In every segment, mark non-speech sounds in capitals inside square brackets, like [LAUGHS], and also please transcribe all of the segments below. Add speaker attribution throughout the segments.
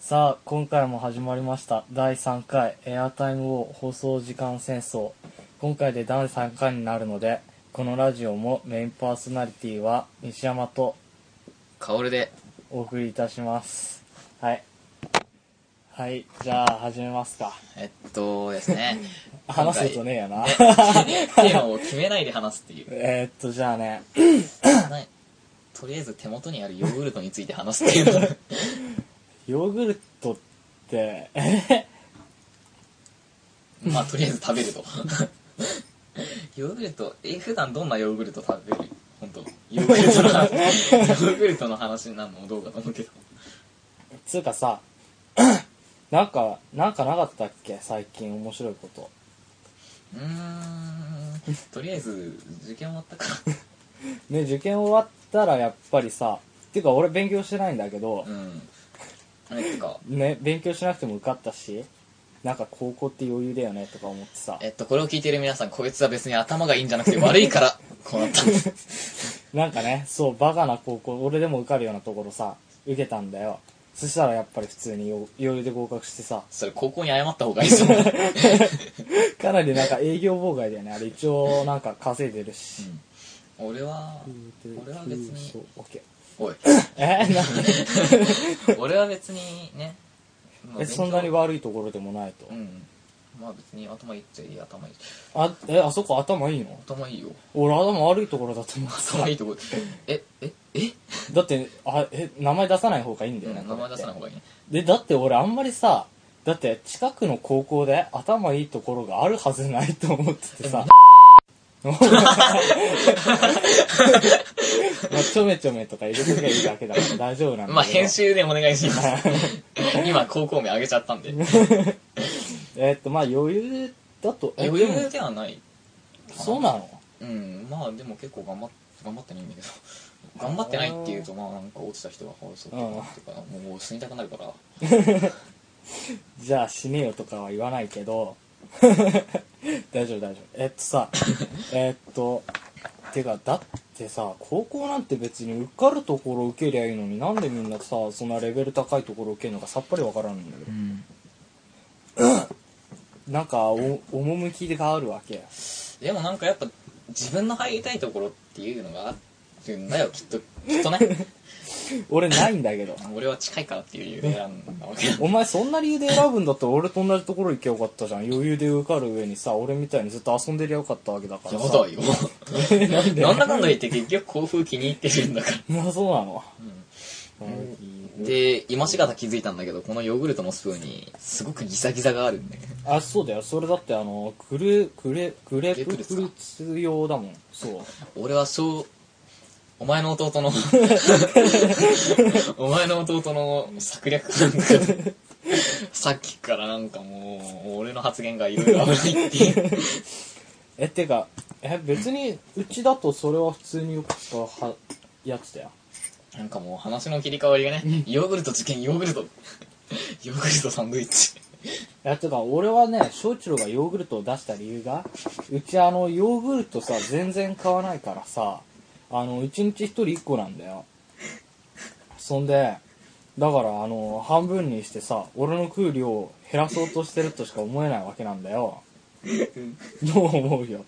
Speaker 1: さあ、今回も始まりました。第3回、エアタイムを放送時間戦争。今回で第3回になるので、このラジオもメインパーソナリティは西山と
Speaker 2: カオルで
Speaker 1: お送りいたします。はい。はい、じゃあ始めますか。
Speaker 2: えっとですね今回
Speaker 1: 話すことねえやな。
Speaker 2: テーマを決めないで話すっていう
Speaker 1: えーっと、じゃあね、
Speaker 2: ないとりあえず手元にあるヨーグルトについて話すっていう
Speaker 1: ヨーグルトって、
Speaker 2: まあとりあえず食べるとヨーグルトえ普段どんなヨーグルト食べる本当ヨーグルトの話ヨーグルトの話になるのもどうかと思うけど
Speaker 1: つうかさ、 [CLEARS THROAT] なんか、なんかなかったっけ最近面白いこと。
Speaker 2: うーんとりあえず受験終わったか
Speaker 1: ね、受験終わったらやっぱりさ、ていうか俺勉強してないんだけど
Speaker 2: らう、んあれってか
Speaker 1: ね、勉強しなくても受かったし、なんか高校って余裕だよねとか思ってさ、
Speaker 2: えっとこれを聞いてる皆さんこいつは別に頭がいいんじゃなくて悪いからこうなったんです
Speaker 1: なんかね、そう、バカな高校、俺でも受かるようなところさ、受けたんだよ。そしたらやっぱり普通によ余裕で合格してさ、
Speaker 2: それ高校に謝った方がいいですよ
Speaker 1: かなりなんか営業妨害だよね。あれ一応なんか稼いでるし。
Speaker 2: 俺は俺は別に
Speaker 1: そう、オッケー [LAUGHS]
Speaker 2: おい
Speaker 1: えな
Speaker 2: 俺は別にねまあ
Speaker 1: え
Speaker 2: 勉強
Speaker 1: そんなに悪いところでもないと
Speaker 2: う。んまあ別に頭いいっちゃいい頭いい
Speaker 1: あ、え、あそこ頭いいの
Speaker 2: 頭いいよ
Speaker 1: 俺頭悪いところだと思ってた
Speaker 2: 頭いいと
Speaker 1: [LAUGHS]
Speaker 2: こえええ
Speaker 1: だってあえ名前出さない方がいいんだ
Speaker 2: う
Speaker 1: よ
Speaker 2: ん
Speaker 1: ね、
Speaker 2: 名前出さない
Speaker 1: い
Speaker 2: 方がいいね
Speaker 1: でだって俺あんまりさだって近くの高校で頭いいところがあるはずないと思っててさ [LAUGHS] まあ、ちょめちょめとか入れときゃいいだけだから大丈夫なんだけど
Speaker 2: まあ編集でお願いします [LAUGHS] 今高校名上げちゃったんで
Speaker 1: えーっとまあ余裕だとえ
Speaker 2: 余
Speaker 1: でも
Speaker 2: 裕ではない
Speaker 1: そうなの
Speaker 2: うんまあでも結構頑張っ頑張ってないいんだけど頑張ってないっていうとまあなんか落ちた人がかわいそうだなっていうかもう死にたくなるから
Speaker 1: じゃあ死ねよとかは言わないけど [LAUGHS] 大丈夫大丈夫えっとさえっとてかだってさ高校なんて別に受かるところ受けりゃいいのになんでみんなさそんなレベル高いところ受けるのかさっぱりわからんんだけどなんかお趣で変わるわけ
Speaker 2: でもなんかやっぱ自分の入りたいところっていうのがあるんだよきっときっとね [LAUGHS]
Speaker 1: 俺ないんだけど
Speaker 2: 俺は近いからっていう理由で選んだわけだ
Speaker 1: お前そんな理由で選ぶんだったら俺と同じところ行けばよかったじゃん余裕で受かる上にさ俺みたいにずっと遊んでりゃよかったわけだから
Speaker 2: や
Speaker 1: さ
Speaker 2: だよ
Speaker 1: なんで
Speaker 2: [LAUGHS] なんだかんだ言って結局校風気に入ってるんだか
Speaker 1: まあそうなの、
Speaker 2: らで今しがた気づいたんだけどこのヨーグルトのスプーンにすごくギザギザがあるんだよね
Speaker 1: あそうだよそれだってあのグレグレグレー
Speaker 2: グレープフ
Speaker 1: プ
Speaker 2: ルー
Speaker 1: フ
Speaker 2: ツ
Speaker 1: ルーツ用だもんそ
Speaker 2: 俺は小お前の弟 [LAUGHS] のお前の弟の策略なんだけどさっきからなんかもう俺の発言がいろいろ危ないっていう
Speaker 1: うえてかえ別にうちだとそれは普通によく使うはやつだよ
Speaker 2: なんかもう話の切り替わりがね、ヨーグルト受験、ヨーグルト、 [LAUGHS] ヨーグルトサンドイッチ。 [LAUGHS]
Speaker 1: えてか俺はね翔一郎がヨーグルトを出した理由がうちあのヨーグルトさ全然買わないからさあの1日1人1個なんだよそんでだからあの半分にしてさ俺の食う量を減らそうとしてるとしか思えないわけなんだよどう思うよ。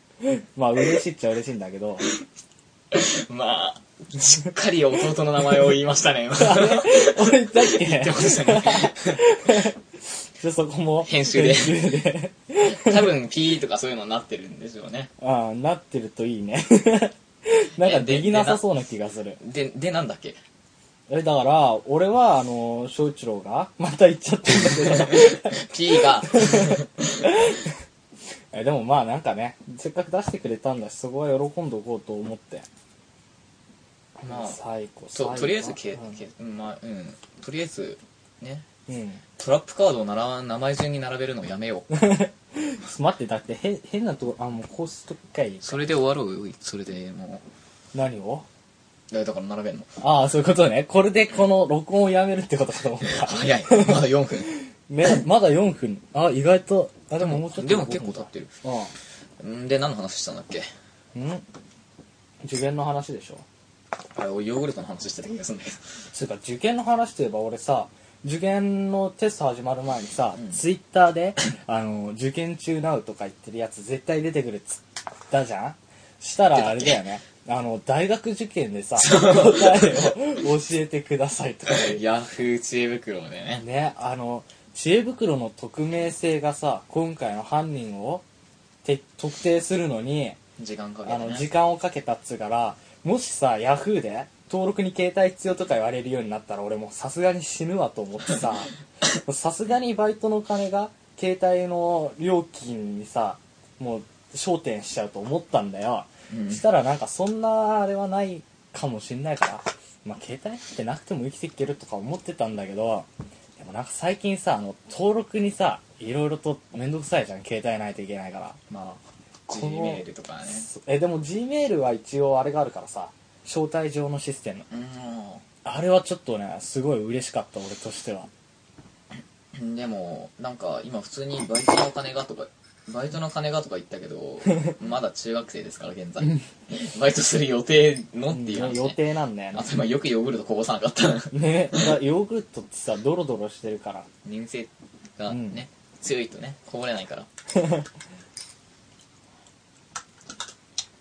Speaker 1: まあ、嬉しいっちゃ嬉しいんだけ
Speaker 2: [LAUGHS]
Speaker 1: ど。
Speaker 2: まあ、しっかり弟の名前を言いました [LAUGHS] ね。
Speaker 1: 俺言ったっけ
Speaker 2: 言ってましたね。
Speaker 1: じゃあそこも。
Speaker 2: 編集で
Speaker 1: 編集で。
Speaker 2: [LAUGHS] 多分、ピーとかそういうのになってるんでしょうね。
Speaker 1: ああ、なってるといいね。 [LAUGHS] なんかできなさそうな気がする。
Speaker 2: で、で、なんだっけ
Speaker 1: え、だから、俺は、あの、翔一郎が、 [LAUGHS] また言っちゃってるんだけど。
Speaker 2: ピー [LAUGHS] が、
Speaker 1: え、でもまあなんかね、せっかく出してくれたんだし、そこは喜んでおこうと思って。
Speaker 2: まあ、
Speaker 1: 最高、最
Speaker 2: そ
Speaker 1: 高。
Speaker 2: う、とりあえずけ、
Speaker 1: うん
Speaker 2: け、まあ、うん、とりあえず、ね、
Speaker 1: うん。
Speaker 2: トラップカードをなら名前順に並べるのやめよ [LAUGHS] う。
Speaker 1: 待って、だって、へ、変なとこ、あ、もうこうすときかい。
Speaker 2: それで終わろうよ、それでも
Speaker 1: 何を
Speaker 2: う。だから並べ [LAUGHS] んの。
Speaker 1: ああ、そういうことね。これでこの録音をやめるってことかと思った。 [LAUGHS]
Speaker 2: 早い。まだ4分。 [LAUGHS]
Speaker 1: ね、まだ4分。あ、意外と。あ、でももうちょっと。
Speaker 2: でも結構経ってる。
Speaker 1: あ
Speaker 2: んで、何の話したんだっけ
Speaker 1: あ。ん受験の話でしょ
Speaker 2: あれ、俺ヨーグルトの話してた気がするんだけど。
Speaker 1: つうか、受験の話といえば俺さ、受験のテスト始まる前にさ、
Speaker 2: うん
Speaker 1: ツイッターで、あの、受験中なうとか言ってるやつ絶対出てくるっつったじゃんしたらあれだよね。あの、大学受験で
Speaker 2: [LAUGHS]
Speaker 1: さ、答えを教えてくださいとか言う
Speaker 2: [LAUGHS] ヤフー知恵袋でね
Speaker 1: ね、あの、知恵袋の匿名性がさ、今回の犯人をて特定するのに、
Speaker 2: 時間かけ
Speaker 1: あ
Speaker 2: て
Speaker 1: の、
Speaker 2: ね
Speaker 1: 時間をかけたっつうから、もしさ、ヤフーで、登録に携帯必要とか言われるようになったら、俺もうさすがに死ぬわと思って
Speaker 2: [LAUGHS]
Speaker 1: さ、もうさすがにバイトの金が、携帯の料金にさ、もう、焦点しちゃうと思ったんだよ。
Speaker 2: うん
Speaker 1: したらなんか、そんな、あれはないかもしんないから、まあ、携帯ってなくても生きていけるとか思ってたんだけど、でもなんか最近さ、あの、登録にさ、いろいろとめんどくさいじゃん、携帯ないといけないから。
Speaker 2: まあ
Speaker 1: この
Speaker 2: G メールとかね
Speaker 1: そえでも Gmail は一応あれがあるからさ招待状のシステム
Speaker 2: う
Speaker 1: あれはちょっとねすごい嬉しかった俺としては
Speaker 2: んでもなんか今普通にバイトの金がとかバイトの金がとか言ったけ [LAUGHS] どまだ中学生ですから現在バイトする予定のっていう話、ね、
Speaker 1: 予定なんだよ
Speaker 2: あと今よくヨーグルトこぼさなかった
Speaker 1: ねねだヨーグルトってさドロドロしてるから
Speaker 2: 人生がね、強いとねこぼれ [LAUGHS] ないから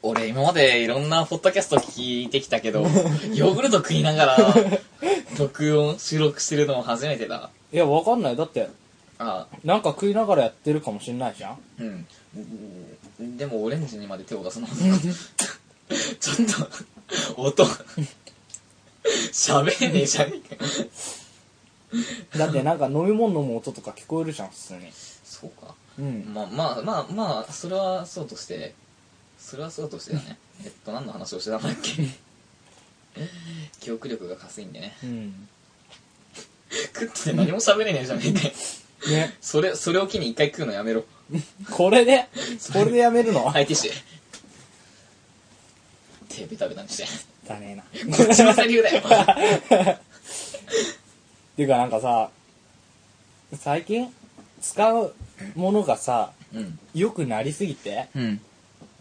Speaker 2: 俺今までいろんなポッドキャスト聞いてきたけ [LAUGHS] どヨーグルト食いながら録音収録してるのも初めてだ
Speaker 1: いやわかんないだって
Speaker 2: あ
Speaker 1: なんか食いながらやってるかもしんないじゃん
Speaker 2: うんうんでもオレンジにまで手を出す [LAUGHS] のちょっと音喋れねえじゃねえか
Speaker 1: だってなんか飲み物飲む音とか聞こえるじゃん普通に
Speaker 2: そうか
Speaker 1: うん
Speaker 2: まあまあまあまあそれはそうとしてそれはそうとしてだねえっと何の話をしてたんだっけ [LAUGHS] 記憶力がかすいんでね
Speaker 1: うん
Speaker 2: 食ってて何も喋れねえじゃねえかよ
Speaker 1: ね
Speaker 2: それそれを機に一回食うのやめろ
Speaker 1: これでこれでやめるの、
Speaker 2: 相手して手ベタベタにして
Speaker 1: だねえな
Speaker 2: こっちのセリフだよ
Speaker 1: っていうかなんかさ最近使うものがさ
Speaker 2: うん
Speaker 1: 良くなりすぎて
Speaker 2: うん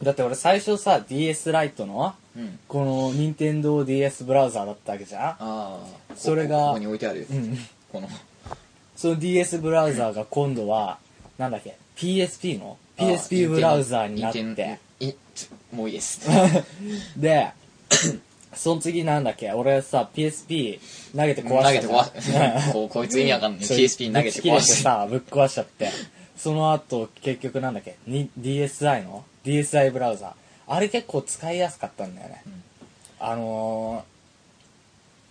Speaker 1: だって俺最初さ DS ライトの
Speaker 2: うん
Speaker 1: この任天堂 d s ブラウザーだったわけじゃん
Speaker 2: ああ
Speaker 1: それが
Speaker 2: ここに置いてある、
Speaker 1: うん
Speaker 2: この
Speaker 1: その DS ブラウザーが今度はなんだっけ PSP の
Speaker 2: あー
Speaker 1: PSP ブラウザーになっ
Speaker 2: 任天
Speaker 1: て
Speaker 2: いちょもういいです
Speaker 1: [LAUGHS] で [CLEARS THROAT] その次なんだっけ俺さ PSP 投げて
Speaker 2: 投
Speaker 1: 壊し
Speaker 2: げ
Speaker 1: た
Speaker 2: て
Speaker 1: じ
Speaker 2: 壊
Speaker 1: ゃん [LAUGHS]
Speaker 2: しこうこいつ意味わかんない
Speaker 1: そう
Speaker 2: PSP 投げて
Speaker 1: ぶち切れ
Speaker 2: 壊
Speaker 1: て
Speaker 2: して
Speaker 1: さぶっ壊しちゃってその後結局なんだっけに DSi の DSi ブラウザあれ結構使いやすかったんだよね、
Speaker 2: ん
Speaker 1: あの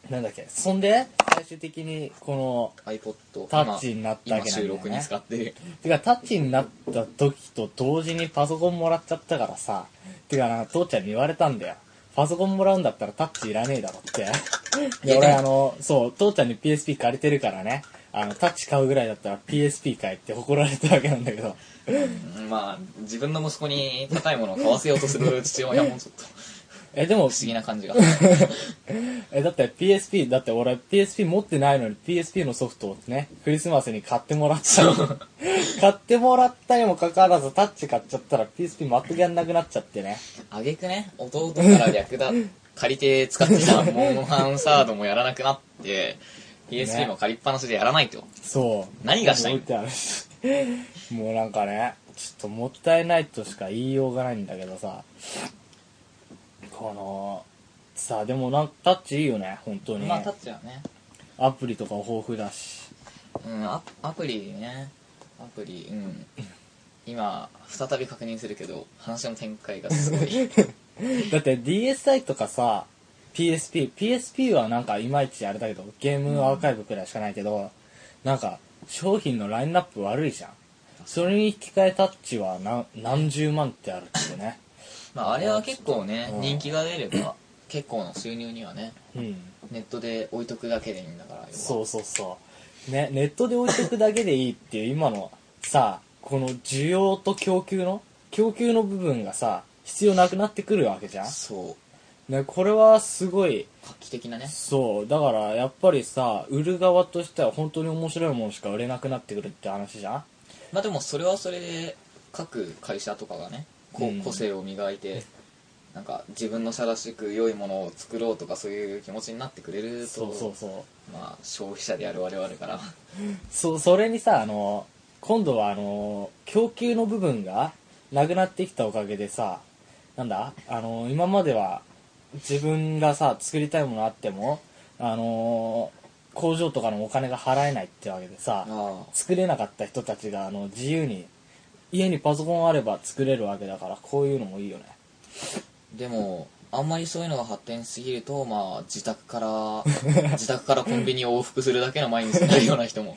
Speaker 1: ー、なんだっけそんで最終的にこの
Speaker 2: iPod
Speaker 1: タッチになったわけな
Speaker 2: 今今
Speaker 1: んだ
Speaker 2: 収
Speaker 1: よ
Speaker 2: 録に
Speaker 1: ね
Speaker 2: 使ってる
Speaker 1: てかタッチになった時と同時にパソコンもらっちゃったからさてかなんか父ちゃんに言われたんだよパソコンもらうんだったらタッチいらねえだろってで俺あのそう父ちゃんに PSP 借りてるからねあのタッチ買うぐらいだったら PSP 買えって怒られたわけなんだけど
Speaker 2: うんまあ自分の息子に高いものを買わせようとする父親もちょっと
Speaker 1: えでも
Speaker 2: 不思議な感じ
Speaker 1: [LAUGHS]
Speaker 2: が
Speaker 1: えだって PSP だって俺 PSP 持ってないのに PSP のソフトをねクリスマスに買ってもらったの [LAUGHS] 買ってもらったにもかかわらずタッチ買っちゃったら PSP 全くやんなくなっちゃってね
Speaker 2: あげくね弟から略だ借りて使ってたモンハンサードもやらなくなって PSP も借りっぱなしでやらないと、
Speaker 1: そう。
Speaker 2: 何がしたいの
Speaker 1: 置てあるし。もうなんかね、ちょっともったいないとしか言いようがないんだけどさ。この、さあ、でもなんかタッチいいよね、本当に。
Speaker 2: まあタッチはね
Speaker 1: アプリとか豊富だし。
Speaker 2: うんアアプリねアプリうん今再び確認するけど話の展開がすご
Speaker 1: [LAUGHS]
Speaker 2: い
Speaker 1: だって DSi とかさ、PSP、PSP はなんかいまいちあれだけど、ゲームアーカイブくらいしかないけど、なんか商品のラインナップ悪いじゃん。それに引き換えタッチは何何十万ってあるってね。
Speaker 2: まああれは結構ね
Speaker 1: うん
Speaker 2: 人気が出れば結構の収入にはね
Speaker 1: うん。
Speaker 2: ネットで置いとくだけでいいんだから要は
Speaker 1: そうそうそう。ね、ネットで置いとくだけでいいっていう今のさ、この需要と供給の、供給の部分がさ、必要なくなってくるわけじゃん
Speaker 2: そう
Speaker 1: ね、これはすごい、
Speaker 2: 画期的なね
Speaker 1: そう、だからやっぱりさ、売る側としては本当に面白いものしか売れなくなってくるって話じゃん
Speaker 2: まあでもそれはそれで各会社とかがねこ
Speaker 1: うん
Speaker 2: う個性を磨いてなんか自分の社らしく良いものを作ろうとかそういう気持ちになってくれると
Speaker 1: そうそうそ
Speaker 2: まあ消費者である我々からは
Speaker 1: そそれにさあの今度はあの供給の部分がなくなってきたおかげでさなんだあの今までは自分がさ作りたいものあってもあの工場とかのお金が払えないってわけでさ
Speaker 2: あ
Speaker 1: 作れなかった人たちがあの自由に家にパソコンあれば作れるわけだからこういうのもいいよね
Speaker 2: でもあんまりそういうのが発展しすぎるとまあ自宅から [LAUGHS] 自宅からコンビニを往復するだけの毎日になるような人 [LAUGHS] も、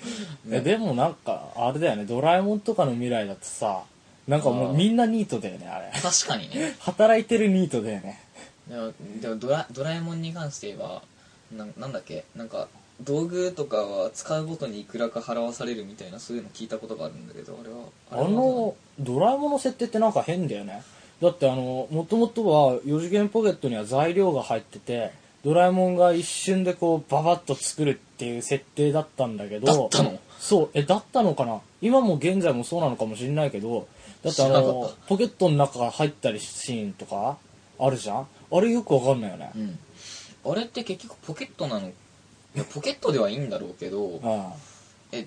Speaker 1: えでもなんかあれだよねドラえもんとかの未来だとさなんかも
Speaker 2: あ
Speaker 1: う
Speaker 2: ー
Speaker 1: みんなニートだよねあれ
Speaker 2: 確かにね
Speaker 1: 働いてるニートだよね
Speaker 2: でもでもドラドラえもんに関して言えばなんなんだっけなんか道具とかは使うごとにいくらか払わされるみたいなそういうの聞いたことがあるんだけどあれは
Speaker 1: あ
Speaker 2: れは
Speaker 1: のドラえもんの設定ってなんか変だよねだってあのもともとは4次元ポケットには材料が入っててドラえもんが一瞬でこうババッと作るっていう設定だったんだけど
Speaker 2: だったの
Speaker 1: そうえだったのかな今も現在もそうなのかもしれないけどだってあ
Speaker 2: 知らなか
Speaker 1: の
Speaker 2: っ
Speaker 1: ポケットの中入ったりシーンとかあるじゃんあれよくわかんないよね
Speaker 2: うんあれって結局ポケットなのいやポケットではいいんだろうけど
Speaker 1: うん
Speaker 2: え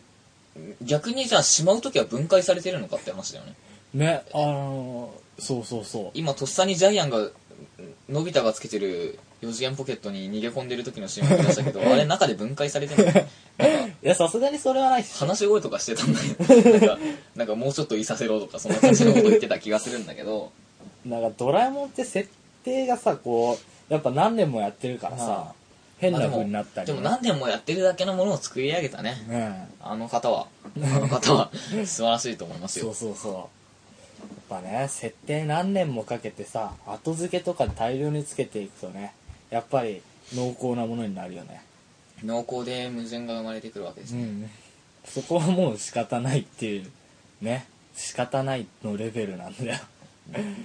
Speaker 2: 逆にじゃあしまう時は分解されてるのかって話だよね
Speaker 1: ねあのそうそうそう
Speaker 2: 今とっさにジャイアンがのび太がつけてる四次元ポケットに逃げ込んでる時のシーンを思い出したけどあれ中で分解されてるの [LAUGHS] ね
Speaker 1: いやさすがにそれはないっしょ
Speaker 2: 話し声とかしてたんだけどなんかなんかもうちょっといさせろとかそんな感じのこと言ってた気がするんだけど
Speaker 1: なんかドラえもんって設定がさこうやっぱ何年もやってるからさ、
Speaker 2: まあ
Speaker 1: 変な
Speaker 2: まあでも
Speaker 1: 風になったり
Speaker 2: でも何年もやってるだけのものを作り上げたね
Speaker 1: うん
Speaker 2: あの方はあの方は素晴らしいと思います
Speaker 1: そ
Speaker 2: よ
Speaker 1: うそうそうやっぱね設定何年もかけてさ後付けとか大量につけていくとねやっぱり濃厚なものになるよね
Speaker 2: 濃厚で矛盾が生まれてくるわけです
Speaker 1: う
Speaker 2: ね、
Speaker 1: んそこはもう仕方ないっていうね仕方ないのレベルなんだよ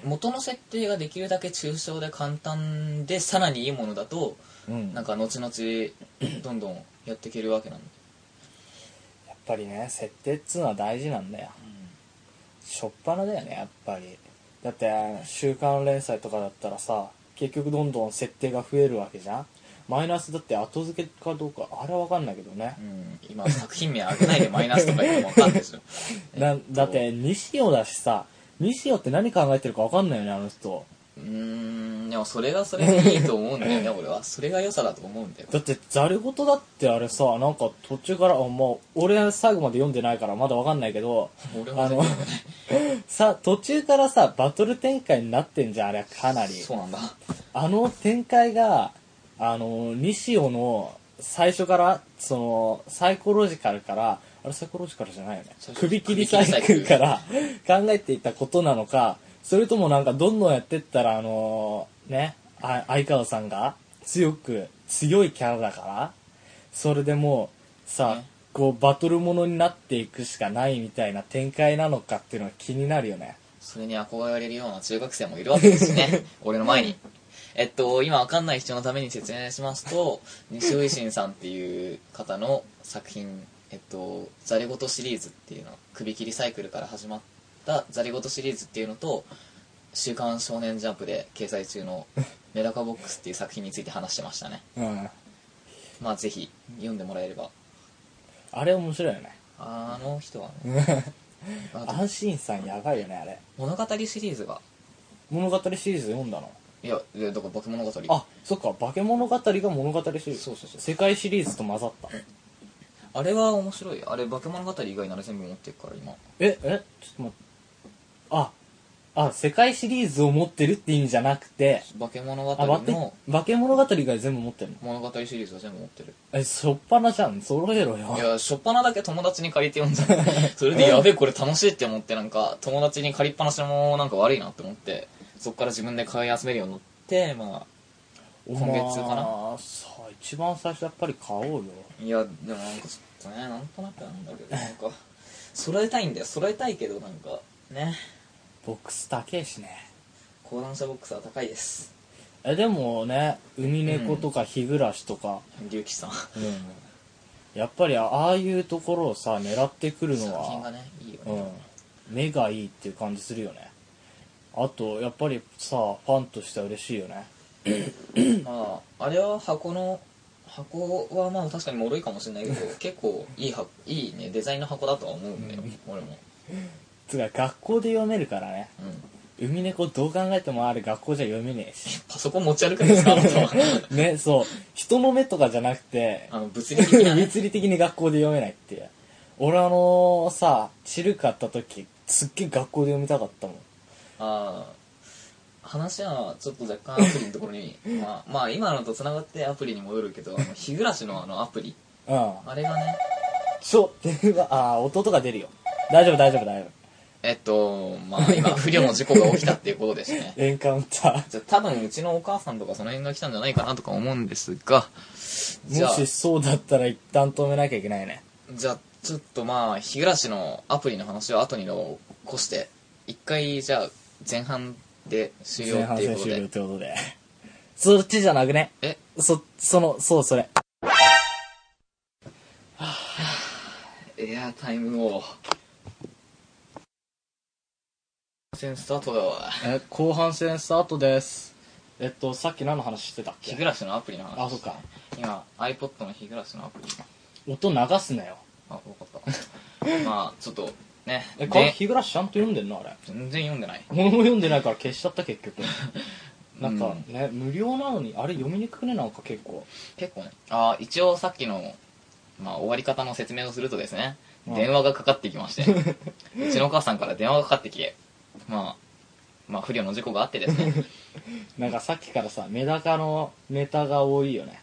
Speaker 2: 元の設定ができるだけ抽象で簡単でさらにいいものだと
Speaker 1: うん
Speaker 2: なんか後々どんどんやっていけるわけなんで、
Speaker 1: やっぱりね設定っつうのは大事なんだよしょっぱなだよねやっぱりだって週刊連載とかだったらさ結局どんどん設定が増えるわけじゃんマイナスだって後付けかどうかあれは分かんないけどね
Speaker 2: う、ん、今作品名上げないでマイナスとか言うのも分かるでしょ
Speaker 1: なだって西尾だしさ西尾って何考えてるか分かんないよねあの人
Speaker 2: うーんでもそれがそれでいいと思うんだよ
Speaker 1: [LAUGHS]
Speaker 2: ね俺はそれが良さだと思うんだよ
Speaker 1: だってざる事だってあれさなんか途中からあもう俺最後まで読んでないからまだ分かんないけど
Speaker 2: 俺
Speaker 1: あ
Speaker 2: は
Speaker 1: のさ途中からさバトル展開になってんじゃんあれはかなり
Speaker 2: そうなんだ
Speaker 1: あの展開が、あの、西尾の最初から、その、サイコロジカルから、あれサイコロジカルじゃないよね
Speaker 2: 最。初
Speaker 1: 首切りサイクルから考えていたことなのか、それともなんかどんどんやってったら、あの、ね、あ相川さんが強く、強いキャラだから、それでもう、さ
Speaker 2: ね、
Speaker 1: こう、バトルものになっていくしかないみたいな展開なのかっていうのは気になるよね。
Speaker 2: それに憧れるような中学生もいるわけですし
Speaker 1: [LAUGHS]
Speaker 2: ね俺の前にえっと今分かんない人のために説明しますと西尾維新さんっていう方の作品「えっと、ザレ事シリーズ」っていうの首切りサイクルから始まった「ザレ事シリーズ」っていうのと「週刊少年ジャンプ」で掲載中の「メダカボックス」っていう作品について話してましたね
Speaker 1: うん。
Speaker 2: まあぜひ読んでもらえれば
Speaker 1: あれ面白いよね。
Speaker 2: あの人はね
Speaker 1: [LAUGHS]
Speaker 2: あと
Speaker 1: 安心さんやばいよねあれ
Speaker 2: 物語シリーズが
Speaker 1: 物語シリーズ読んだの
Speaker 2: いやいやだから僕物語あ
Speaker 1: あそっか化け物語が物語シリーズ
Speaker 2: そうそうそう
Speaker 1: 世界シリーズと混ざった
Speaker 2: あれは面白いあれ化け物語以外なら全部持ってるから今
Speaker 1: ええちょっと待ってああ世界シリーズを持ってるって意味じゃなくて
Speaker 2: 化け物
Speaker 1: あ
Speaker 2: 語
Speaker 1: 待って
Speaker 2: の
Speaker 1: 化け物語が全部持ってるの
Speaker 2: 物語シリーズは全部持ってる
Speaker 1: えしょっぱなじゃん揃えろよ
Speaker 2: いや初っ端だけ友達に借りて読んじゃ
Speaker 1: [LAUGHS]
Speaker 2: ったそれでやべえこれ楽しいって思ってなんか友達に借りっぱなしもなんか悪いなって思ってそっから自分で買い集めるようになってま
Speaker 1: お
Speaker 2: 今月かな
Speaker 1: まあさあ一番最初やっぱり買おうよ
Speaker 2: あいやでもなんかちょっとねなんとなくなんだけどなんか揃えたいんだよ揃えたいけどなんかね
Speaker 1: ボックス高えしね
Speaker 2: 講談社ボックスは高いです
Speaker 1: えでもねウミネコとかヒグラシとか、
Speaker 2: 龍騎さん
Speaker 1: やっぱりああいうところをさ狙ってくるの
Speaker 2: 作品が
Speaker 1: は、
Speaker 2: ねいいよ
Speaker 1: う
Speaker 2: ね
Speaker 1: ん、目がいいっていう感じするよねあとやっぱりさファンとしては嬉しいよね
Speaker 2: まああれは箱の箱はまあ確かに脆いかもしれないけど [LAUGHS] 結構いい箱いいねデザインの箱だとは思うんだよ俺も
Speaker 1: つうか学校で読めるからね
Speaker 2: うん
Speaker 1: 海猫どう考えてもあれ学校じゃ読めねえし [LAUGHS]
Speaker 2: パソコン持ち歩くん [LAUGHS] ですかあなたは
Speaker 1: ねそう人の目とかじゃなくて
Speaker 2: あの物理的なね
Speaker 1: 物理的に学校で読めないっていう俺あのさチル買った時すっげえ学校で読みたかったもん
Speaker 2: あー話はちょっと若干アプリのところにまあ、まあ、今のとつながってアプリに戻るけどあの日暮らしのあのアプリ
Speaker 1: うん
Speaker 2: あれがね
Speaker 1: ちょ電話ああ音とか出るよ大丈夫大丈夫大丈
Speaker 2: えっとまあ今不慮の事故が起きたっていうことですね
Speaker 1: 夫エンカウンタ
Speaker 2: じゃあ多分うちのお母さんとかその辺が来たんじゃないかなとか思うんですが
Speaker 1: ー
Speaker 2: じゃ
Speaker 1: も
Speaker 2: あ
Speaker 1: しそうだったら一旦止めなきゃいけないね
Speaker 2: じゃあちょっとまあ日暮らしのアプリの話は後に残して一回じゃあ前半で終了
Speaker 1: 前
Speaker 2: っ
Speaker 1: 半
Speaker 2: ていう
Speaker 1: 戦
Speaker 2: こと
Speaker 1: 終了っ
Speaker 2: で
Speaker 1: てことで [LAUGHS] そっちじゃなくね
Speaker 2: え
Speaker 1: そそのそうそれ
Speaker 2: エアタイムを戦スタートだわ
Speaker 1: え後半戦スタートですえっとさっき何の話してたっ
Speaker 2: 日
Speaker 1: け
Speaker 2: 暮らしのアプリの話
Speaker 1: あそっか
Speaker 2: 今 iPod の日暮らしのアプリ
Speaker 1: 音流すなよ
Speaker 2: あ分
Speaker 1: [LAUGHS]
Speaker 2: かったまあちょっとね
Speaker 1: えこれ
Speaker 2: で
Speaker 1: 日暮らしちゃんと読んでんのあれ
Speaker 2: 全然読んでない
Speaker 1: 俺も読んでないから消しちゃった結 [LAUGHS] 局なんか
Speaker 2: う
Speaker 1: ね、無料なのにあれ読みにくくねなんか結構
Speaker 2: 結構ねあ一応さっきの、まあ、終わり方の説明をするとですね、
Speaker 1: うん
Speaker 2: 電話がかかってきまして
Speaker 1: [LAUGHS]
Speaker 2: うちのお母さんから電話がかかってきて、まあ、まあ不慮の事故があってです
Speaker 1: [LAUGHS]
Speaker 2: ね
Speaker 1: なんかさっきからさメダカのネタが多いよね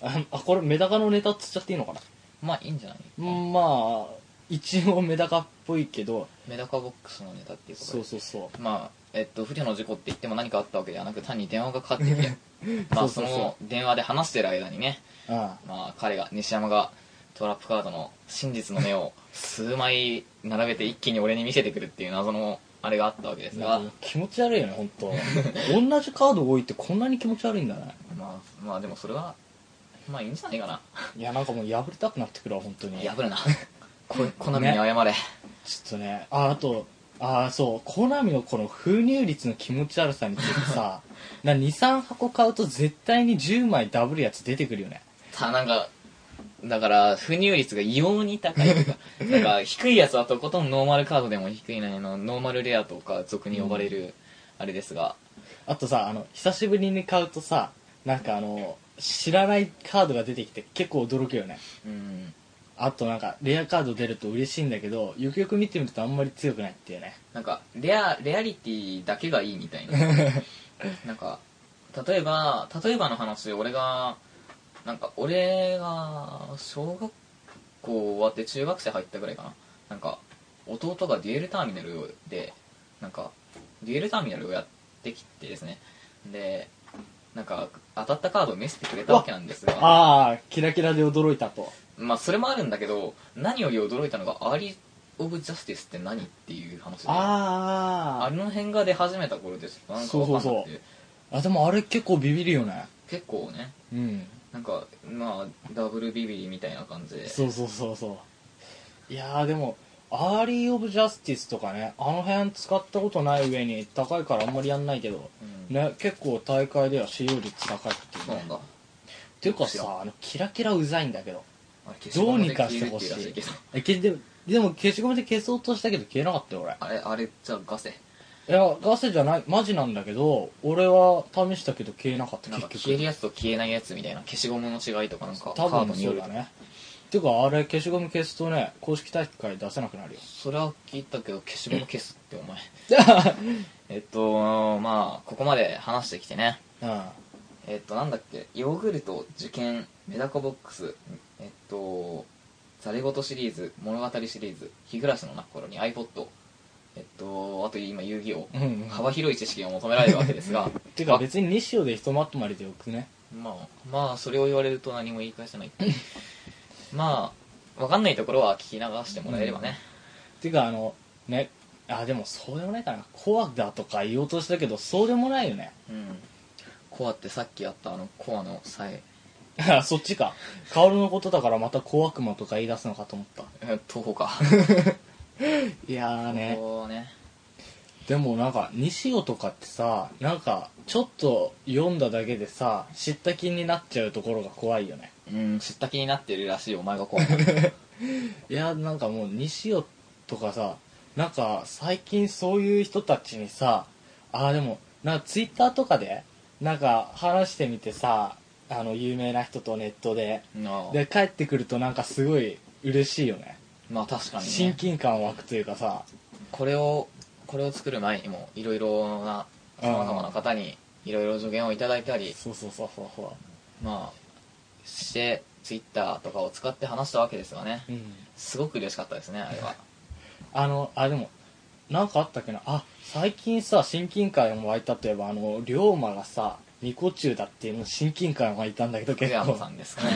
Speaker 1: ああこれメダカのネタっつっちゃっていいのかな
Speaker 2: まあいいんじゃない、
Speaker 1: うんまあ一応メダカっぽいけど
Speaker 2: メダカボックスのネタっていうことで
Speaker 1: そうそうそ
Speaker 2: まあえっと不慮の事故って言っても何かあったわけではなく単に電話がかかってきてまあ
Speaker 1: そ
Speaker 2: そう
Speaker 1: そうそう
Speaker 2: の電話で話してる間にね、
Speaker 1: うあ
Speaker 2: まあ、彼が西山がトラップカードの真実の目を数枚並べて一気に俺に見せてくるっていう謎のあれがあったわけですが
Speaker 1: あ気持ち悪いよね本当同じカード多いってこんなに気持ち悪いんだね
Speaker 2: まあまあでもそれはまあいいんじゃないかな、
Speaker 1: いやなんかもう破りたくなってくるわ本当に
Speaker 2: [LAUGHS] 破るな [LAUGHS] こコナミに謝れ、 [LAUGHS]
Speaker 1: ちょっとね、あ、あと、あ、そう、コナミのこの封入率の気持ち悪さについて
Speaker 2: [LAUGHS]
Speaker 1: さ、な、2、3箱買うと絶対に10枚ダブるやつ出てくるよね。
Speaker 2: たなんかだから不入率が異様に高いとかなんか低いやつだとことんノーマルカードでも低いなのノーマルレアとか俗に呼ばれるあれですが、
Speaker 1: あとさ、あの、久しぶりに買うとさ、なんかあの、知らないカードが出てきて結構驚くよね。
Speaker 2: うん
Speaker 1: あとなんか、レアカード出ると嬉しいんだけど、よくよく見てみるとあんまり強くないっていうね。
Speaker 2: なんかレアレアリティだけがいいみた
Speaker 1: [LAUGHS]
Speaker 2: いななんか例えば例えばの話俺がなんか俺が小学校終わって中学生入ったぐらいかななんか弟がデュエルターミナルでなんかデュエルターミナルをやってきてですねでなんか当たったカードを見せてくれたわけなんですが
Speaker 1: ああ、キラキラで驚いたと。
Speaker 2: まあそれもあるんだけど何より驚いたのがアーリー・オブ・ジャスティスって何っていう話であ
Speaker 1: あ
Speaker 2: の辺が出始めた頃ですなんか
Speaker 1: そう
Speaker 2: わ
Speaker 1: そ
Speaker 2: か
Speaker 1: うん
Speaker 2: な
Speaker 1: そう
Speaker 2: くて
Speaker 1: あ。あ、でもあれ結構ビビるよね。
Speaker 2: 結構ね
Speaker 1: うん。
Speaker 2: なんかまあダブルビビリみたいな感じで
Speaker 1: そうそうそうそういやーでもアーリー・オブ・ジャスティスとかねあの辺使ったことない上に高いからあんまりやんないけど
Speaker 2: うん
Speaker 1: ね結構大会では使用率高いっていう
Speaker 2: そう
Speaker 1: ね
Speaker 2: なんだ
Speaker 1: ていうかさあのキラキラうざいんだけど
Speaker 2: あれ消し
Speaker 1: ど
Speaker 2: ゴ
Speaker 1: う
Speaker 2: ム
Speaker 1: に
Speaker 2: で
Speaker 1: か
Speaker 2: 消
Speaker 1: し
Speaker 2: え
Speaker 1: て
Speaker 2: るって
Speaker 1: ほ
Speaker 2: いう
Speaker 1: し
Speaker 2: らしい
Speaker 1: い
Speaker 2: けど
Speaker 1: えけでもでも消しゴムで消そうとしたけど消えなかったよ俺
Speaker 2: あれあれじゃあガセ
Speaker 1: いやガセじゃないマジなんだけど俺は試したけど消えなかった
Speaker 2: なん
Speaker 1: 結
Speaker 2: か
Speaker 1: 局
Speaker 2: 消えるやつと消えないやつみたいな消しゴムの違いとかなんかカ
Speaker 1: 多
Speaker 2: ード
Speaker 1: 分
Speaker 2: によ
Speaker 1: そう
Speaker 2: る
Speaker 1: だねていうかあれ消しゴム消すとね公式大会出せなくなるよ
Speaker 2: それは聞いたけど消しゴム消すってお
Speaker 1: [LAUGHS]
Speaker 2: 前えっとまあここまで話してきてね
Speaker 1: うん
Speaker 2: えっとなんだっけヨーグルト受験メダコボックスえっとざれ言シリーズ物語シリーズ日暮らしの中頃に iPod えっとあと今遊戯王
Speaker 1: うんうん
Speaker 2: 幅広い知識が求められるわけですが
Speaker 1: [LAUGHS] てか別に西尾でひとまとまりでよくね
Speaker 2: まあまあそれを言われると何も言い返
Speaker 1: [LAUGHS]
Speaker 2: せないまあわかんないところは聞き流してもらえればね、
Speaker 1: てかあのねあでもそうでもないかなコアだとか言おうとしたけどそうでもないよね [LAUGHS]
Speaker 2: うん、コアってさっきやったあのコアのさえ
Speaker 1: あそっちか薫のことだからまた小悪魔とか言い出すのかと思った
Speaker 2: えー徒歩か
Speaker 1: いやーね
Speaker 2: こうね
Speaker 1: でもなんか西尾とかってさなんかちょっと読んだだけでさ知った気になっちゃうところが怖いよね
Speaker 2: うん知った気になってるらしいお前が怖い
Speaker 1: いやなんかもう西尾とかさなんか最近そういう人たちにさああでもなんかツイッターとかでなんか話してみてさあの有名な人とネットで [LAUGHS]
Speaker 2: なあ
Speaker 1: で帰ってくるとなんかすごい嬉しいよね
Speaker 2: まあ確かに、
Speaker 1: 親
Speaker 2: ね、
Speaker 1: 近感湧くというかさ
Speaker 2: これをこれを作る前にもいろいろなさまざまな方にいろいろ助言をいただいたり
Speaker 1: そうそうそうそうそ
Speaker 2: まあしてツイッターとかを使って話したわけですよね
Speaker 1: ううん
Speaker 2: すごく嬉しかったですねあれは
Speaker 1: あのあでもなんかあったっけなあ最近さ親近感が湧いたといえばあの龍馬がさニコ中だっていうの親近感が湧いたんだけど
Speaker 2: 福
Speaker 1: 結
Speaker 2: 山さ
Speaker 1: 構
Speaker 2: んですかね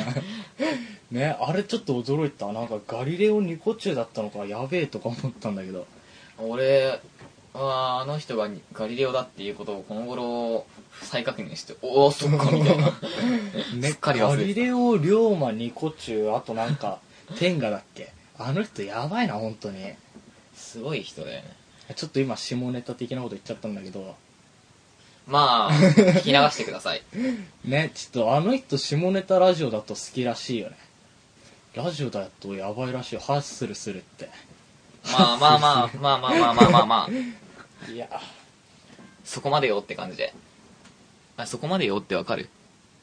Speaker 1: [LAUGHS] ねあれちょっと驚いたなんかガリレオニコ中だったのかやべえとか思ったんだけど
Speaker 2: 俺はあの人がガリレオだっていうことをこの頃再確認しておおそっかみた
Speaker 1: [LAUGHS]
Speaker 2: いなすっかり忘
Speaker 1: ガ
Speaker 2: れてた
Speaker 1: リレオ龍馬ニコ中あとなんか天下だっけあの人やばいな本当に
Speaker 2: すごい人だよね
Speaker 1: ちょっと今下ネタ的なこと言っちゃったんだけど
Speaker 2: まあ聞き流してください
Speaker 1: ねちょっとあの人下ネタラジオだと好きらしいよねラジオだとやばいらしいよハッスルするって
Speaker 2: まあまあまあまあまあまあまあまあ、まあ、
Speaker 1: いや
Speaker 2: そこまでよって感じであそこまでよってわかる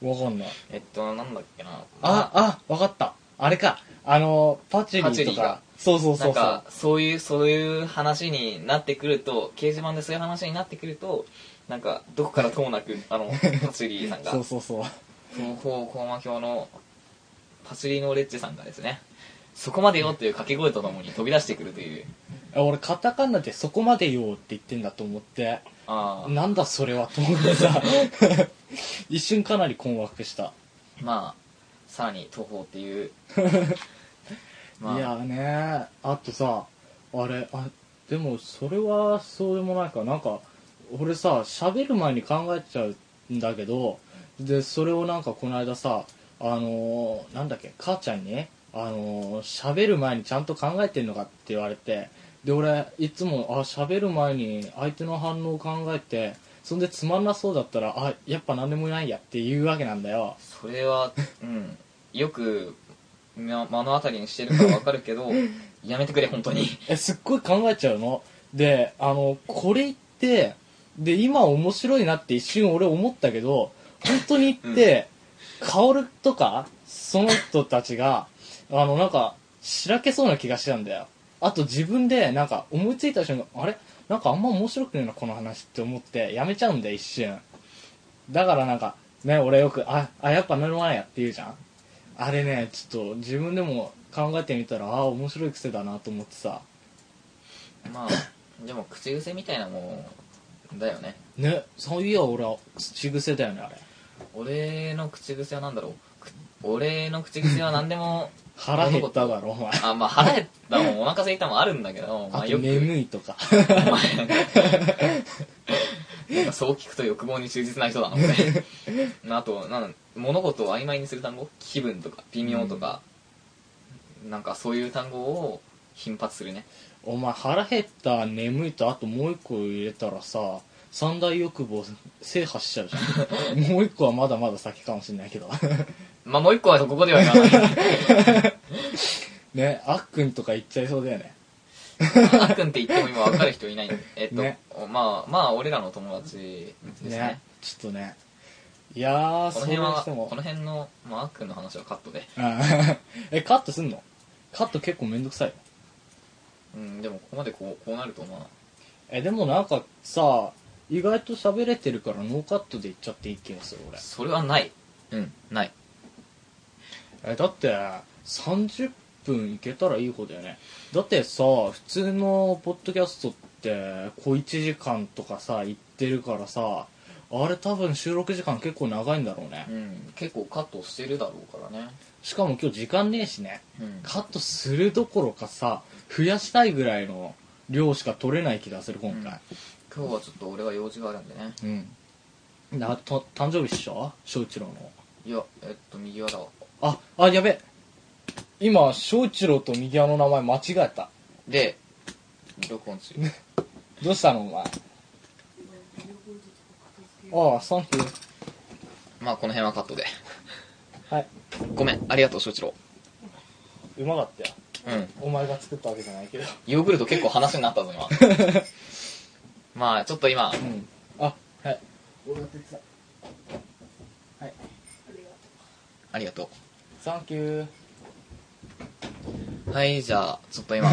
Speaker 1: わかんない
Speaker 2: えっとなんだっけな
Speaker 1: ああわかったあれかあのパチュリ
Speaker 2: パチュ
Speaker 1: ー
Speaker 2: リ
Speaker 1: と
Speaker 2: ーが
Speaker 1: かそうそう
Speaker 2: な
Speaker 1: そ
Speaker 2: ん
Speaker 1: うそう
Speaker 2: かそういうそういう話になってくると掲示板でそういう話になってくるとなんかどこからともなくあのパチュリーさんが
Speaker 1: そうそうそう
Speaker 2: 東方高魔教のパチュリーのレッジさんがですねそこまでよっていう掛け声とともに飛び出してくるという
Speaker 1: あ俺カタカナでそこまでよって言ってんだと思って
Speaker 2: ああ
Speaker 1: なんだそれはと思ってさ一瞬かなり困惑した、
Speaker 2: まあさらに東方っていう
Speaker 1: いやねあとさあれあでもそれはそうでもないかなんか俺さ喋る前に考えちゃうんだけどでそれをなんかこの間さあのーなんだっけ母ちゃんにねあのー喋る前にちゃんと考えてんのかって言われてで俺いつもあ喋る前に相手の反応を考えてそんでつまんなそうだったらあやっぱ何でもないやって言うわけなんだよ
Speaker 2: それは、うん、よくま目の当たりにしてるからわかるけどやめてくれ本当に
Speaker 1: えすっごい考えちゃうのであのこれ言ってで今面白いなって一瞬俺思ったけど本当に言って、薫とかその人たちがあのなんかしらけそうな気がしたんだよあと自分でなんか思いついた瞬間あれなんかあんま面白くないなこの話って思ってやめちゃうんだよ一瞬だからなんかね俺よくああやっぱなるまやって言うじゃんあれねちょっと自分でも考えてみたらああ面白い癖だなと思ってさ
Speaker 2: まあでも口癖みたいなもんだよね
Speaker 1: ねそういや俺は口癖だよねあれ
Speaker 2: 俺の口癖は何だろうく俺の口癖は何でも
Speaker 1: 腹減っただろお前
Speaker 2: あまあ腹減ったもんお腹空いたもんあるんだけど、ま
Speaker 1: あ
Speaker 2: あ、
Speaker 1: と
Speaker 2: よく
Speaker 1: 眠いとか
Speaker 2: [LAUGHS] お前なんかそう聞くと欲望に忠実な人だな俺 [LAUGHS] あとなんだ物事を曖昧にする単語気分とか微妙とか、なんかそういう単語を頻発するね
Speaker 1: お前腹減った眠いとあともう一個入れたらさ三大欲望制覇しちゃうじ
Speaker 2: [LAUGHS]
Speaker 1: ゃんもう一個はまだまだ先かもしれないけど
Speaker 2: まあもう一個はここでは言わ [LAUGHS] ない
Speaker 1: ねあっくんとか言っちゃいそうだよね
Speaker 2: あっくんって言っても今分かる人いないえっと、
Speaker 1: ね
Speaker 2: まあまあ俺らの友達です
Speaker 1: ね
Speaker 2: ね
Speaker 1: ちょっとねいやーそ
Speaker 2: この
Speaker 1: れに
Speaker 2: 辺は
Speaker 1: しても
Speaker 2: この辺の、まあ、あっくんの話はカットで、
Speaker 1: うんえカットすんのカット結構めんどくさいよ
Speaker 2: うん、でもここまでこうこうなるとまあ
Speaker 1: えでもなんかさ意外と喋れてるからノーカットでいっちゃっていい気がする俺
Speaker 2: それはないうんない
Speaker 1: えだって30分いけたらいい方だよねだってさ普通のポッドキャストって小1時間とかさ行ってるからさあれ多分収録時間結構長いんだろうね
Speaker 2: うん結構カットしてるだろうからね
Speaker 1: しかも今日時間ねえしね
Speaker 2: うん
Speaker 1: カットするどころかさ増やしたいぐらいの量しか取れない気がする今回
Speaker 2: 今日はちょっと俺は用事があるんでね
Speaker 1: うん、なと誕生日っしょ翔一郎の
Speaker 2: いやえっと右側だわ
Speaker 1: ああやべ今翔一郎と右輪の名前間違えた
Speaker 2: で録音中
Speaker 1: どうしたのお前ああサンキュー
Speaker 2: まあこの辺はカットで
Speaker 1: はい
Speaker 2: ごめんありがとう翔一郎
Speaker 1: うまかったよ
Speaker 2: うん
Speaker 1: お前が作ったわけじゃないけど
Speaker 2: ヨーグルト結構話になったぞ今
Speaker 1: [LAUGHS]
Speaker 2: まあちょっと今
Speaker 1: うんあはい俺が手伝はい
Speaker 2: ありがと
Speaker 1: サンキュー
Speaker 2: うはいじゃあちょっと
Speaker 1: [LAUGHS]
Speaker 2: 今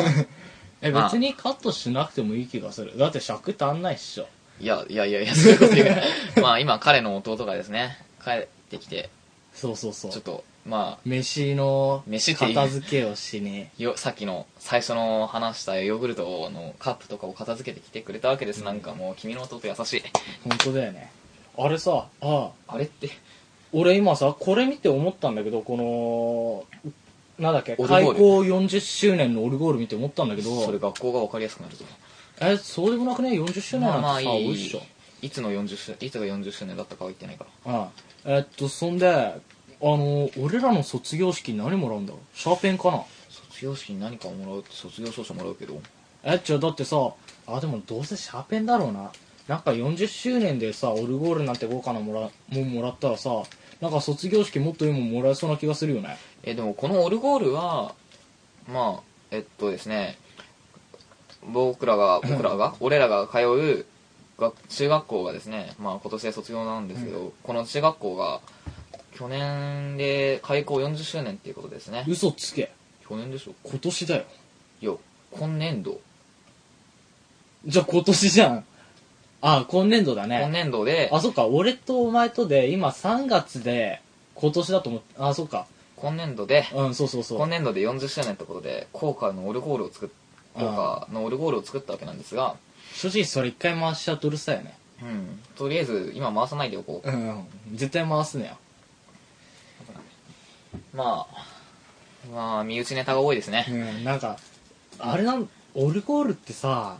Speaker 1: え
Speaker 2: まあ
Speaker 1: 別にカットしなくてもいい気がするだって尺足んないっしょ
Speaker 2: いやいやいやいやそういうこと言う
Speaker 1: [LAUGHS]
Speaker 2: なまあ今彼の弟がですね帰ってきて
Speaker 1: そうそうそ
Speaker 2: ちょっ
Speaker 1: う
Speaker 2: とま
Speaker 1: 飯の
Speaker 2: 飯っていい
Speaker 1: 片付けをしに
Speaker 2: あよさっきの最初の話したヨーグルトのカップとかを片付けてきてくれたわけです、なんかもう君の弟優しい
Speaker 1: 本当だよねあれさああ
Speaker 2: あれって
Speaker 1: 俺今さこれ見て思ったんだけどこのなんだっけ
Speaker 2: オルゴール
Speaker 1: 開校40周年のオルゴール見て思ったんだけど
Speaker 2: それ学校が分かりやすくなるぞ
Speaker 1: えそうでもなくね40周年なんてさ、
Speaker 2: まあまあい
Speaker 1: 多
Speaker 2: い
Speaker 1: っしょ
Speaker 2: いつの40周いつが40周年だったかは言ってないから
Speaker 1: うんえっとそんであの俺らの卒業式何もらうんだろうシャーペンかな
Speaker 2: 卒業式に何かをもらうって卒業証書もらうけど
Speaker 1: えじゃあだってさあでもどうせシャーペンだろうななんか40周年でさオルゴールなんて豪華なもらもんもらったらさなんか卒業式もっといいもんもらえそうな気がするよね
Speaker 2: えでもこのオルゴールはまあえっとですね僕らが僕ら
Speaker 1: [LAUGHS]
Speaker 2: が俺らが通う学中学校がですねまあ今年で卒業なんですけど、この中学校が去年で開校40周年っていうことですね
Speaker 1: 嘘つけ
Speaker 2: 去年でしょ
Speaker 1: 今年だよ
Speaker 2: いや今年度
Speaker 1: じゃあ今年じゃんあ今年度だ
Speaker 2: 今
Speaker 1: ね
Speaker 2: 年度で
Speaker 1: あそっか俺とお前とで今3月で今年だと思ってあそっか
Speaker 2: 今年度で
Speaker 1: うんそうそうそう
Speaker 2: 今年度で40周年ってことで効果のオルゴールを作っ効果のオルゴールを作ったわけなんですが
Speaker 1: 正直それ一回回しちゃうとうるさいよね
Speaker 2: うんとりあえず今回さないでおこう
Speaker 1: うん絶対回すねよ
Speaker 2: まあ、まあ、身内ネタが多いですね。
Speaker 1: うんなんかあれなんオルゴールってさ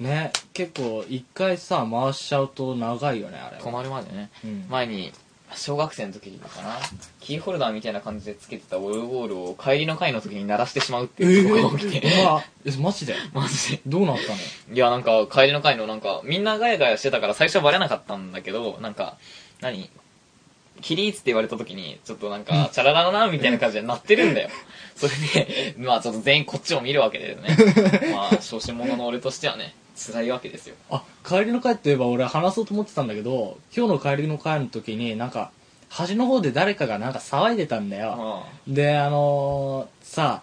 Speaker 1: ね結構一回さ回しちゃうと長いよねあれ
Speaker 2: 止まるまでね。
Speaker 1: うん
Speaker 2: 前に、小学生の時かな、キーホルダーみたいな感じでつけてたオルゴールを帰りの会の時に鳴らしてしまうって
Speaker 1: え
Speaker 2: いう
Speaker 1: ー
Speaker 2: ことが起きて、
Speaker 1: うわえ
Speaker 2: [LAUGHS]
Speaker 1: マジで
Speaker 2: マジで。
Speaker 1: どうなったの
Speaker 2: いや、なんか、帰りの会のなんか、みんなガヤガヤしてたから最初はバレなかったんだけど、なんか、何キリーツって言われた時に、ちょっとなんか、チャララララみたいな感じで鳴ってる
Speaker 1: [LAUGHS]
Speaker 2: んだよ。それで、まあちょっと全員こっちを見るわけで
Speaker 1: [LAUGHS]
Speaker 2: すね。まあ、小心者の俺としてはね、辛いわけですよ。
Speaker 1: あ帰りの会といえば俺話そうと思ってたんだけど今日の帰りの会の時になんか端の方で誰かがなんか騒いでたんだよ、
Speaker 2: ああ
Speaker 1: であのーさ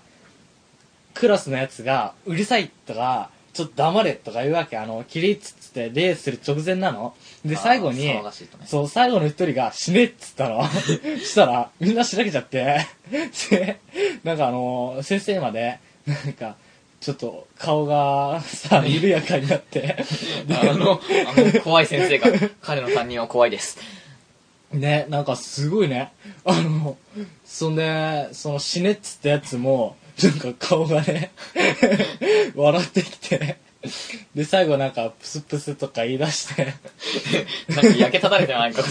Speaker 1: クラスのやつが「うるさい」とか「ちょっと黙れ」とか言うわけあの起立っつってレースする直前なので
Speaker 2: あー
Speaker 1: 最後に
Speaker 2: 騒がしい
Speaker 1: [LAUGHS]
Speaker 2: とね
Speaker 1: そう最後の一人が「死ね」っつったの [LAUGHS] したらみんなしらけちゃってでなんかあのー先生までなんかちょっと顔がさ緩やかになって
Speaker 2: あの、あの、怖い先生が、彼の担任は怖いです。
Speaker 1: ね、なんかすごいね。あの、そんで、その死ねっつったやつも、なんか顔がね、 [LAUGHS] 笑ってきて、で、最後なんかプスプスとか言い出して、
Speaker 2: なんか焼けただれてないか。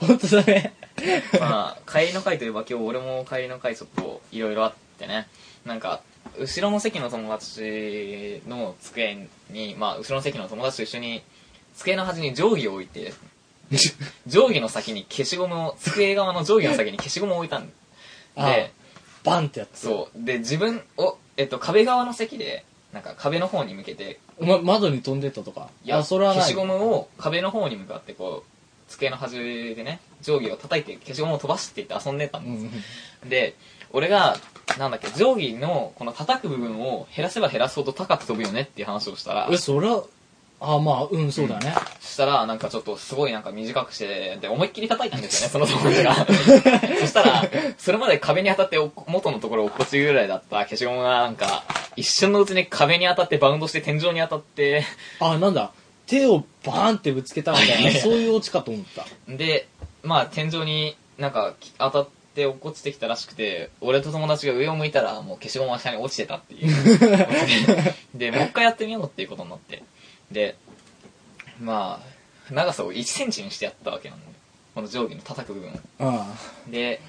Speaker 1: 本当だね。
Speaker 2: [LAUGHS] まあ、帰りの会といえば今日俺も帰りの会ちょっといろいろあってね。なんか、後ろの席の友達の机に、まあ、後ろの席の友達と一緒に、机の端に定規を置
Speaker 1: [LAUGHS]
Speaker 2: いて、定規の先に消しゴムを、机側の定規の先に消しゴムを置いたんで、
Speaker 1: あバンってやつ。
Speaker 2: そう。で、自分を、えっと、壁側の席で、なんか壁の方に向けて
Speaker 1: ま、窓に飛んでったとか。
Speaker 2: いや、
Speaker 1: あそれはない。
Speaker 2: 消しゴムを壁の方に向かってこう、机の端でね、定規を叩いて消しゴムを飛ばしていって遊んでたん
Speaker 1: うん
Speaker 2: で
Speaker 1: うん。
Speaker 2: す。で、俺が、なんだっけ、定規のこの叩く部分を減らせば減らすほど高く飛ぶよねっていう話をしたら
Speaker 1: え、、それは、あ、まあ、うん、そうだね。
Speaker 2: したらなんかちょっとすごいなんか短くして、で、思いっきり叩いたんですよね、その友達が。 [LAUGHS] そしたら、それまで壁に当たってお元のところを落っこちるぐらいだった消しゴムがなんか、一瞬のうちに壁に当たってバウンドして天井に当たって、
Speaker 1: あ、なんだ。手をバーンってぶつけたみたい
Speaker 2: [LAUGHS] いやい
Speaker 1: な、
Speaker 2: や
Speaker 1: そういうオチかと思
Speaker 2: [LAUGHS]
Speaker 1: った。
Speaker 2: で、まあ、天井になんかき当たって落っこちてきたらしくて、俺と友達が上を向いたら、もう消しゴムは下に落ちてたっていう。で、もう一回やってみようっていうことになって。で、まあ、長さを1センチにしてやったわけなんで、この定規の叩く部分を。
Speaker 1: うん。
Speaker 2: で、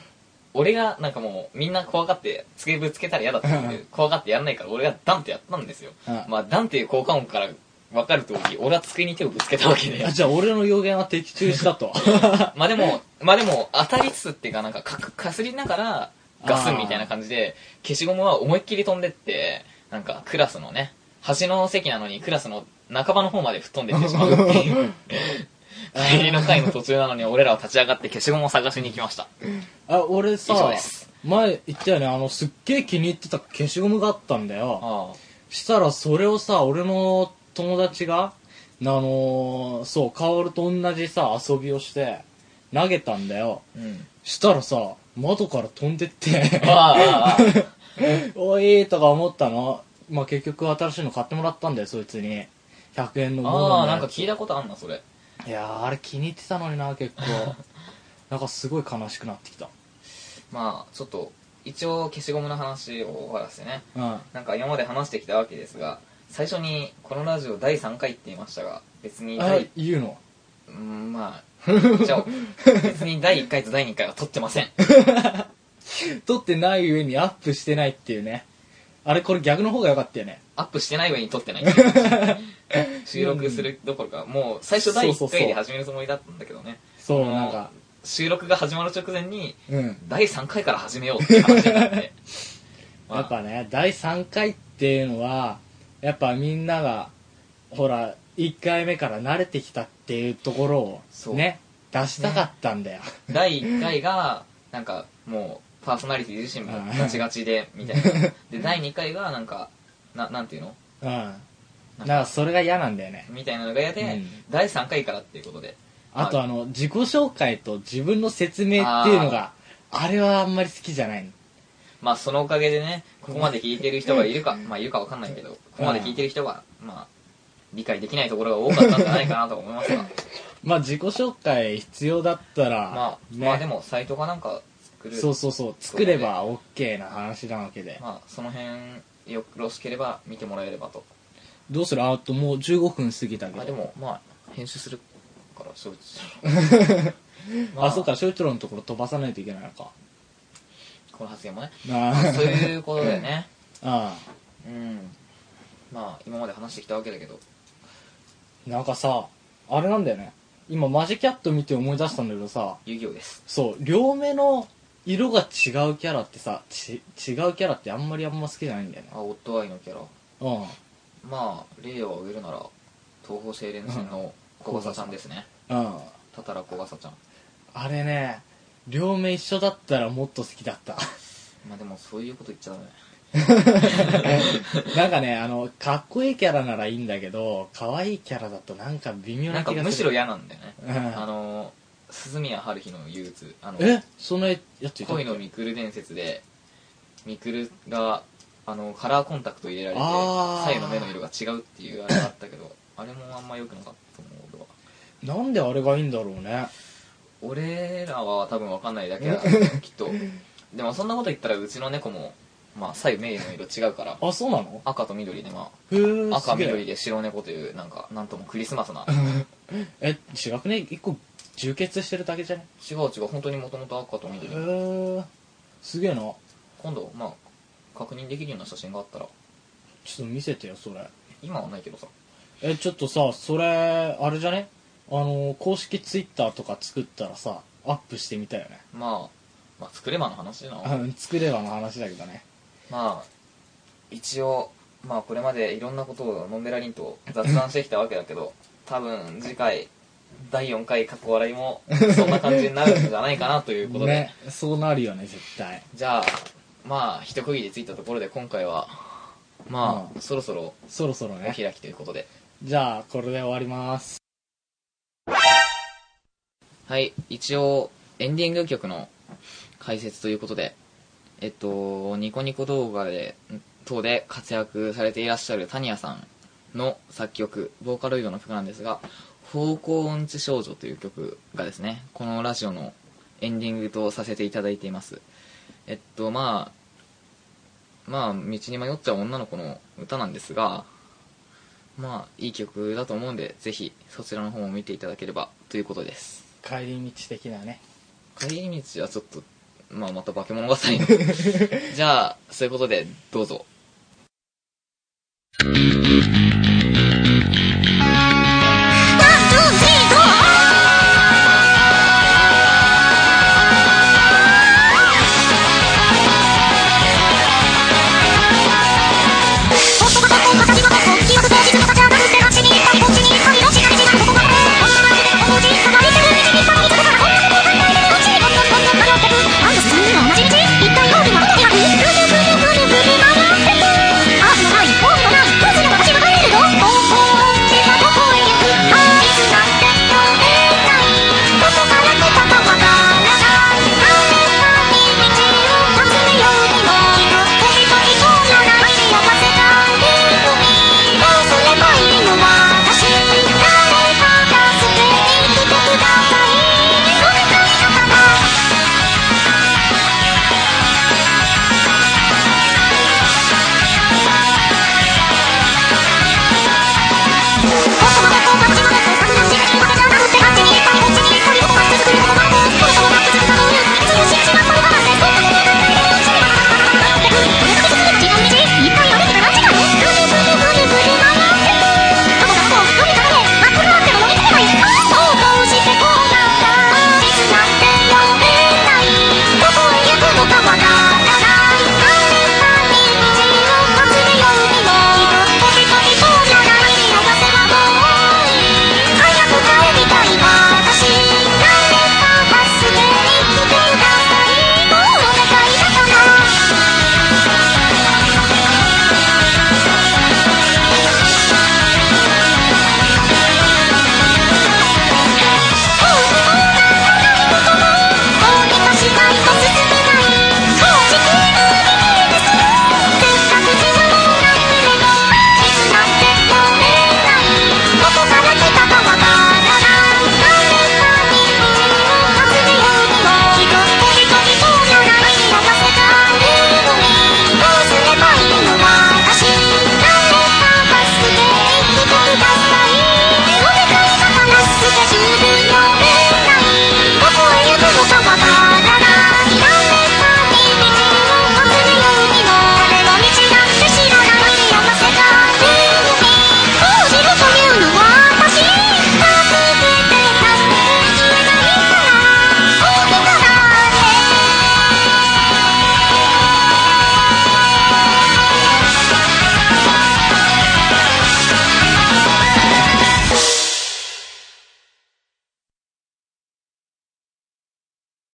Speaker 2: 俺がなんかもうみんな怖がってつけぶつけたら嫌だって言うんで怖がってやんないから俺がダンってやったんですよ、
Speaker 1: うん
Speaker 2: まあダンっていう効果音から分かる通り俺は机に手をぶつけたわけで
Speaker 1: あじゃあ俺の予言は的中したと
Speaker 2: まあでもまあでも当たりつつっていうかなんかかくかすりながらガスンみたいな感じで消しゴムは思いっきり飛んでってなんかクラスのね端の席なのにクラスの半ばの方まで吹っ飛んでってしまうっていう帰りの会の途中なのに俺らは立ち上がって消しゴムを探しに行きました
Speaker 1: あ俺
Speaker 2: 以上
Speaker 1: さ
Speaker 2: です
Speaker 1: 前言ったよねあのすっげえ気に入ってた消しゴムがあったんだよ
Speaker 2: ああ
Speaker 1: したらそれをさ俺の友達があのー、そう薫と同じさ遊びをして投げたんだよ
Speaker 2: うん
Speaker 1: したらさ窓から飛んでって [LAUGHS]
Speaker 2: あああ
Speaker 1: 「おい!」とか思ったのまあ結局新しいの買ってもらったんだよそいつに100円の
Speaker 2: あ
Speaker 1: も
Speaker 2: あ
Speaker 1: の
Speaker 2: あ
Speaker 1: の
Speaker 2: なん
Speaker 1: や
Speaker 2: か
Speaker 1: つ
Speaker 2: 聞いたことあんなそれ
Speaker 1: いやーあれ気に入ってたのにな結
Speaker 2: [LAUGHS]
Speaker 1: 構なんかすごい悲しくなってきた
Speaker 2: まあちょっと一応消しゴムの話を終わらせてね
Speaker 1: うん
Speaker 2: なんか今まで話してきたわけですが最初にこのラジオ第3回って言いましたが別に
Speaker 1: あ
Speaker 2: 第
Speaker 1: 言うの
Speaker 2: うーんまあじゃあ別に第1回と第2回は撮ってません
Speaker 1: 撮ってない上にアップしてないっていうねあれこれ逆の方が良かったよね
Speaker 2: アップしてない上に撮っ
Speaker 1: [LAUGHS]
Speaker 2: てない収録するどころかもう最初第
Speaker 1: そうそう
Speaker 2: 1
Speaker 1: そ
Speaker 2: 回
Speaker 1: う
Speaker 2: で始めるつもりだったんだけどね
Speaker 1: そう
Speaker 2: もう
Speaker 1: なんか
Speaker 2: 収録が始まる直前に
Speaker 1: うん
Speaker 2: 第3回から始めようっていう話になってま
Speaker 1: [LAUGHS]
Speaker 2: あ
Speaker 1: やっぱね、第3回っていうのは、やっぱみんなが、ほら、1回目から慣れてきたっていうところ
Speaker 2: そ
Speaker 1: を、
Speaker 2: う
Speaker 1: ね、出したかったんだよ。
Speaker 2: 第1回がなんかもうパーソナリティ自身もガチガチでみたいなで第2回がなんかななんていうの
Speaker 1: うん。だからそれが嫌なんだよね。
Speaker 2: みたいなのが嫌で、
Speaker 1: うん
Speaker 2: 第3回からっていうことで
Speaker 1: あとあの、自己紹介と自分の説明っていうのが、あれはあんまり好きじゃないの。
Speaker 2: まあそのおかげでねここまで聞いてる人がいるかまあいるかわかんないけどここまで聞いてる人がまあ理解できないところが多かったんじゃないかなと思い
Speaker 1: [LAUGHS]
Speaker 2: ますが
Speaker 1: まあ自己紹介必要だったら、
Speaker 2: まあ、
Speaker 1: ね、
Speaker 2: まあでもサイトかなんか作る
Speaker 1: そうそうそう、作れば OK な話なわけで。
Speaker 2: まあその辺よろしければ見てもらえればと
Speaker 1: どうするあともう15分過ぎたけ
Speaker 2: ま
Speaker 1: ど。
Speaker 2: あでもまあ編集するから承知しろ
Speaker 1: [LAUGHS] あ、そうか、翔一郎のところ飛ばさないといけないのか。
Speaker 2: この発言もね
Speaker 1: あ
Speaker 2: まあ
Speaker 1: ー
Speaker 2: そういうことだよね
Speaker 1: [LAUGHS] あ
Speaker 2: うんまあ今まで話してきたわけだけど
Speaker 1: あなんかさあれなんだよね今マジキャット見て思い出したんだけどさ
Speaker 2: 遊戯王です
Speaker 1: そう両目の色が違うキャラってさち違うキャラってあんまりあんま好きじゃないんだよね
Speaker 2: あオッドアイのキャラ
Speaker 1: うん
Speaker 2: まあ例を挙げるなら東方精錬戦の小笠ちゃんですね
Speaker 1: うん
Speaker 2: たたら小笠ちゃん
Speaker 1: あれね両目一緒だったらもっと好きだった
Speaker 2: まあでもそういうこと言っちゃダメ
Speaker 1: なんかねあのかっこいいキャラならいいんだけど可愛いキャラだとなんか微妙
Speaker 2: な
Speaker 1: なん
Speaker 2: か
Speaker 1: 気が
Speaker 2: むし
Speaker 1: す
Speaker 2: ろ
Speaker 1: る
Speaker 2: 嫌なんだよね
Speaker 1: うん
Speaker 2: あの鈴宮春日の憂鬱あの
Speaker 1: えそんなやついたっ
Speaker 2: 恋
Speaker 1: け
Speaker 2: のミクル伝説でミクルがあのカラーコンタクト入れられて
Speaker 1: あー
Speaker 2: 左右の目の色が違うっていうあれがあったけ
Speaker 1: [LAUGHS]
Speaker 2: どあれもあんま良くなかったと思う俺は
Speaker 1: なんであれがいいんだろうね
Speaker 2: 俺らは多分分かんないだけだ
Speaker 1: [LAUGHS]
Speaker 2: きっとでもそんなこと言ったらうちの猫もまあ左右目の色違うから
Speaker 1: あそうなの
Speaker 2: 赤と緑でま
Speaker 1: へえ
Speaker 2: あ赤緑
Speaker 1: で
Speaker 2: で白猫というなんかなんともクリスマスな
Speaker 1: え違くね一個充血してるだけじゃね
Speaker 2: 違う違う本当にもともと赤と
Speaker 1: へ
Speaker 2: 緑
Speaker 1: えすげえな
Speaker 2: 今度まあ確認できるような写真があったら
Speaker 1: ちょっと見せてよそれ
Speaker 2: 今はないけどさ
Speaker 1: えちょっとさそれあれじゃねあの公式ツイッターとか作ったらさアップしてみたいよね
Speaker 2: まあまあ作ればの話だな
Speaker 1: うん作ればの話だけどね
Speaker 2: まあ一応まあこれまでいろんなことをのんべらりんと雑談してきたわけだけど多分次回第4回過去笑いもそんな感じになるんじゃないかなということで、
Speaker 1: ねそうなるよね絶対
Speaker 2: じゃあまあ一区切りついたところで今回はまあ、
Speaker 1: うん
Speaker 2: そろそろ
Speaker 1: そろそろ
Speaker 2: お
Speaker 1: ね
Speaker 2: 開きということで
Speaker 1: じゃあこれで終わります
Speaker 2: はい一応エンディング曲の解説ということでえっとニコニコ動画で等で活躍されていらっしゃるタニヤさんの作曲ボーカロイドの曲なんですが「方向音痴少女」という曲がですねこのラジオのエンディングとさせていただいていますえっとまあまあ道に迷っちゃう女の子の歌なんですがまあいい曲だと思うんでぜひそちらの方も見ていただければということです
Speaker 1: 帰り道的なね
Speaker 2: 帰り道はちょっとまあ、また化け物語のじゃあそういうことでどうぞ